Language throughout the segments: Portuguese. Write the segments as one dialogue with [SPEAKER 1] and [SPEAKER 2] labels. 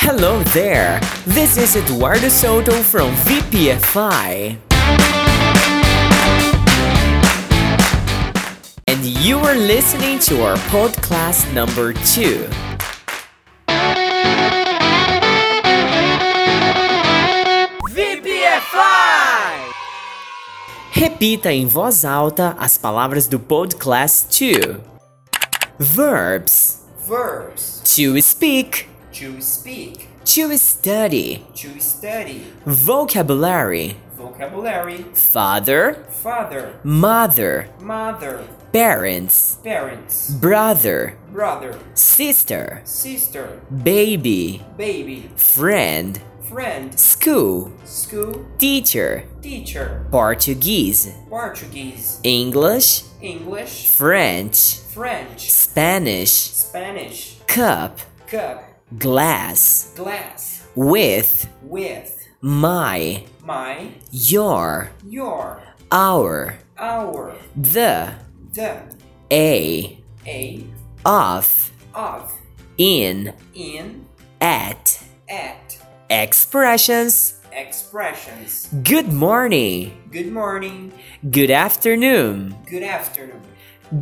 [SPEAKER 1] Hello there. This is Eduardo Soto from VPFI. And you are listening to our podcast number 2. VPFI! Repita em voz alta as palavras do podcast 2. Verbs.
[SPEAKER 2] Verbs
[SPEAKER 1] To speak.
[SPEAKER 2] to speak,
[SPEAKER 1] To study.
[SPEAKER 2] to study,
[SPEAKER 1] Vocabulary.
[SPEAKER 2] vocabulary,
[SPEAKER 1] Father.
[SPEAKER 2] father,
[SPEAKER 1] Mother.
[SPEAKER 2] mother,
[SPEAKER 1] Parents.
[SPEAKER 2] parents,
[SPEAKER 1] Brother.
[SPEAKER 2] brother,
[SPEAKER 1] Sister.
[SPEAKER 2] sister,
[SPEAKER 1] Baby.
[SPEAKER 2] baby,
[SPEAKER 1] Friend.
[SPEAKER 2] friend,
[SPEAKER 1] School.
[SPEAKER 2] school,
[SPEAKER 1] Teacher.
[SPEAKER 2] teacher,
[SPEAKER 1] Portuguese.
[SPEAKER 2] Portuguese,
[SPEAKER 1] English.
[SPEAKER 2] English,
[SPEAKER 1] French.
[SPEAKER 2] French,
[SPEAKER 1] Spanish.
[SPEAKER 2] Spanish,
[SPEAKER 1] Cup.
[SPEAKER 2] cup,
[SPEAKER 1] Glass.
[SPEAKER 2] glass,
[SPEAKER 1] With.
[SPEAKER 2] with,
[SPEAKER 1] My.
[SPEAKER 2] my,
[SPEAKER 1] Your.
[SPEAKER 2] your,
[SPEAKER 1] Our.
[SPEAKER 2] our,
[SPEAKER 1] The.
[SPEAKER 2] the,
[SPEAKER 1] A.
[SPEAKER 2] a,
[SPEAKER 1] Of.
[SPEAKER 2] of,
[SPEAKER 1] In.
[SPEAKER 2] in,
[SPEAKER 1] At.
[SPEAKER 2] at,
[SPEAKER 1] Expressions.
[SPEAKER 2] expressions.
[SPEAKER 1] Good morning.
[SPEAKER 2] Good morning,
[SPEAKER 1] Good afternoon.
[SPEAKER 2] good afternoon,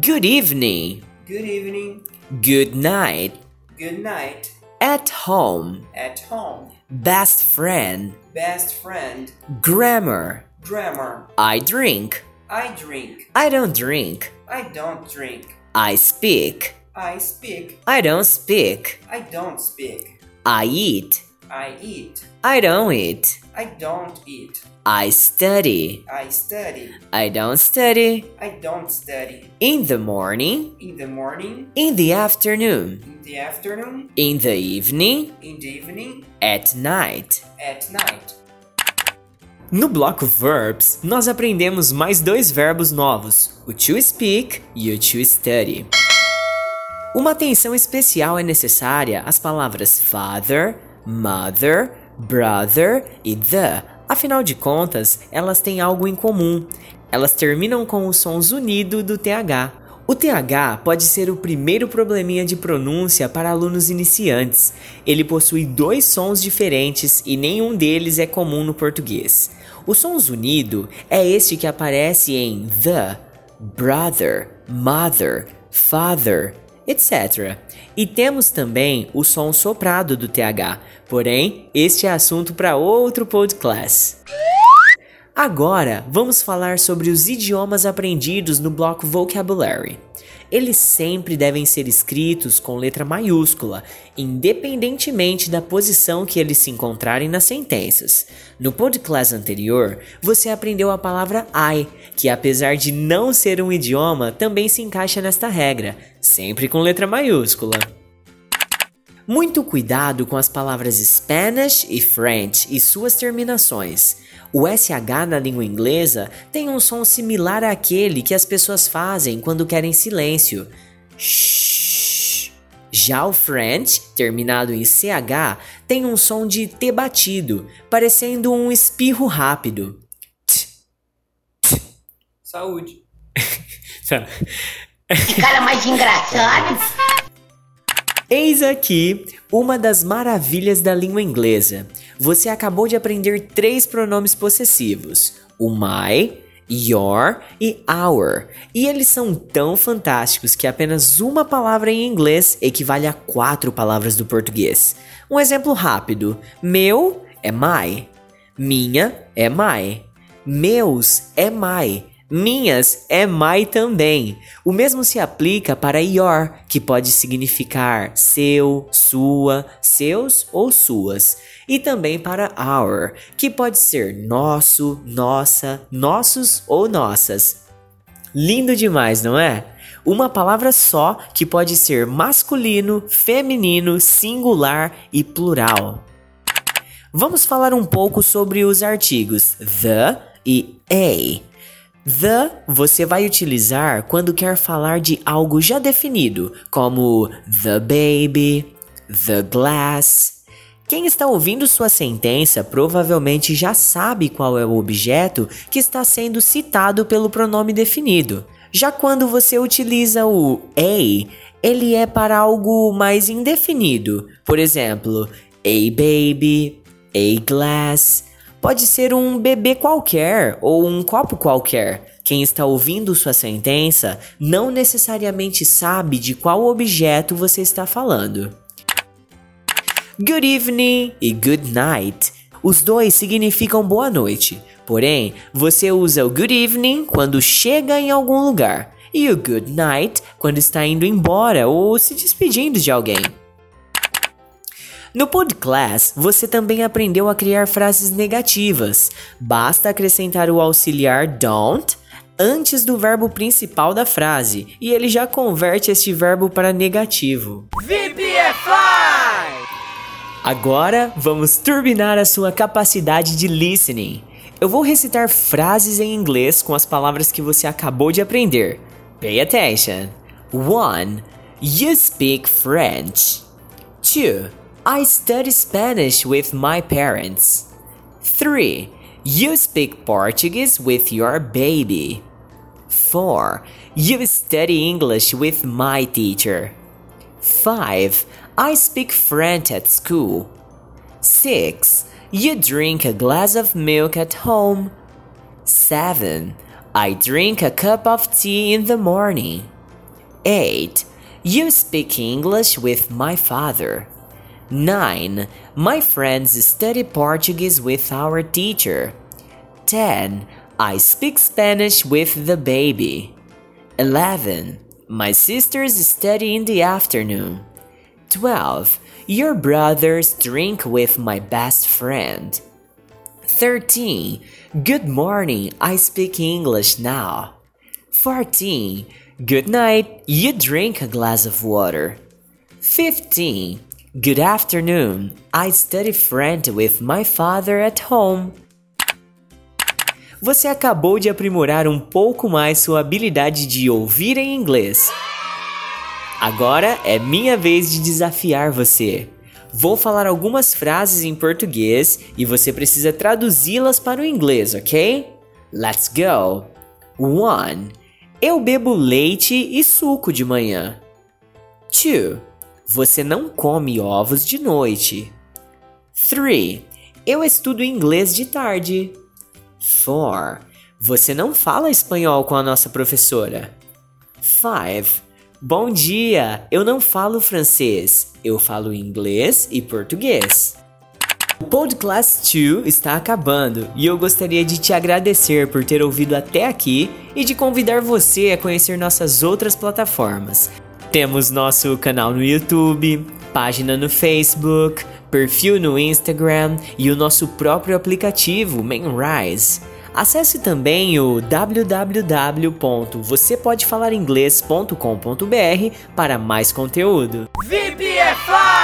[SPEAKER 1] Good evening.
[SPEAKER 2] good evening,
[SPEAKER 1] Good night.
[SPEAKER 2] good night,
[SPEAKER 1] At home.
[SPEAKER 2] at home,
[SPEAKER 1] Best friend.
[SPEAKER 2] best friend,
[SPEAKER 1] Grammar.
[SPEAKER 2] grammar,
[SPEAKER 1] I drink.
[SPEAKER 2] I drink,
[SPEAKER 1] I don't drink.
[SPEAKER 2] I don't drink,
[SPEAKER 1] I speak.
[SPEAKER 2] I speak,
[SPEAKER 1] I don't speak.
[SPEAKER 2] I don't speak,
[SPEAKER 1] I eat.
[SPEAKER 2] I eat,
[SPEAKER 1] I don't eat.
[SPEAKER 2] I don't eat,
[SPEAKER 1] I study.
[SPEAKER 2] I study,
[SPEAKER 1] I don't study.
[SPEAKER 2] I don't study,
[SPEAKER 1] In the morning.
[SPEAKER 2] in the morning,
[SPEAKER 1] In the afternoon.
[SPEAKER 2] in the afternoon,
[SPEAKER 1] In the evening.
[SPEAKER 2] in the evening,
[SPEAKER 1] At night.
[SPEAKER 2] at night.
[SPEAKER 1] No bloco Verbs, nós aprendemos mais dois verbos novos, o to speak e o to study. Uma atenção especial é necessária às palavras father, mother, brother e the. Afinal de contas, elas têm algo em comum. Elas terminam com o som unido do TH. O TH pode ser o primeiro probleminha de pronúncia para alunos iniciantes. Ele possui dois sons diferentes e nenhum deles é comum no português. O som unido é este que aparece em the, brother, mother, father, etc. E temos também o som soprado do TH, porém, este é assunto para outro podcast. Agora, vamos falar sobre os idiomas aprendidos no bloco Vocabulary. Eles sempre devem ser escritos com letra maiúscula, independentemente da posição que eles se encontrarem nas sentenças. No podcast anterior, você aprendeu a palavra I, que apesar de não ser um idioma, também se encaixa nesta regra, sempre com letra maiúscula. Muito cuidado com as palavras Spanish e French e suas terminações. O SH na língua inglesa tem um som similar àquele que as pessoas fazem quando querem silêncio. Shhh. Já o French, terminado em CH, tem um som de T batido, parecendo um espirro rápido.
[SPEAKER 2] Saúde.
[SPEAKER 3] Que cara mais engraçado.
[SPEAKER 1] Eis aqui uma das maravilhas da língua inglesa. Você acabou de aprender três pronomes possessivos: o my, your e our. E eles são tão fantásticos que apenas uma palavra em inglês equivale a quatro palavras do português. Um exemplo rápido: meu é my, minha é my. Meus é my. Minhas é my também. O mesmo se aplica para your, que pode significar seu, sua, seus ou suas. E também para our, que pode ser nosso, nossa, nossos ou nossas. Lindo demais, não é? Uma palavra só que pode ser masculino, feminino, singular e plural. Vamos falar um pouco sobre os artigos the e a. The você vai utilizar quando quer falar de algo já definido, como the baby, the glass. Quem está ouvindo sua sentença provavelmente já sabe qual é o objeto que está sendo citado pelo pronome definido. Já quando você utiliza o a, ele é para algo mais indefinido. Por exemplo, a a baby, a glass. Pode ser um bebê qualquer ou um copo qualquer. Quem está ouvindo sua sentença não necessariamente sabe de qual objeto você está falando. Good evening e good night. Os dois significam boa noite. Porém, você usa o good evening quando chega em algum lugar e o good night quando está indo embora ou se despedindo de alguém. No Podclass, você também aprendeu a criar frases negativas. Basta acrescentar o auxiliar don't antes do verbo principal da frase e ele já converte este verbo para negativo. Agora vamos turbinar a sua capacidade de listening. Eu vou recitar frases em inglês com as palavras que você acabou de aprender. Pay attention. 1. You speak French. 2. I study Spanish with my parents. 3. You speak Portuguese with your baby. 4. You study English with my teacher. 5. I speak French at school. 6. You drink a glass of milk at home. 7. I drink a cup of tea in the morning. 8. You speak English with my father. 9. My friends study Portuguese with our teacher. 10. I speak Spanish with the baby. 11. My sisters study in the afternoon. 12. Your brothers drink with my best friend. 13. Good morning, I speak English now. 14. Good night, you drink a glass of water. 15. Good afternoon, I study French with my father at home. Você acabou de aprimorar um pouco mais sua habilidade de ouvir em inglês. Agora é minha vez de desafiar você. Vou falar algumas frases em português e você precisa traduzi-las para o inglês, ok? Let's go! 1. Eu bebo leite e suco de manhã. 2. Você não come ovos de noite. 3. Eu estudo inglês de tarde. 4. Você não fala espanhol com a nossa professora. 5. Bom dia! Eu não falo francês, eu falo inglês e português. O Podcast 2 está acabando e eu gostaria de te agradecer por ter ouvido até aqui e de convidar você a conhecer nossas outras plataformas. Temos nosso canal no YouTube, página no Facebook, perfil no Instagram e o nosso próprio aplicativo Mainrise. Acesse também o www.vocepodefalaringlês.com.br para mais conteúdo.
[SPEAKER 2] VPFI!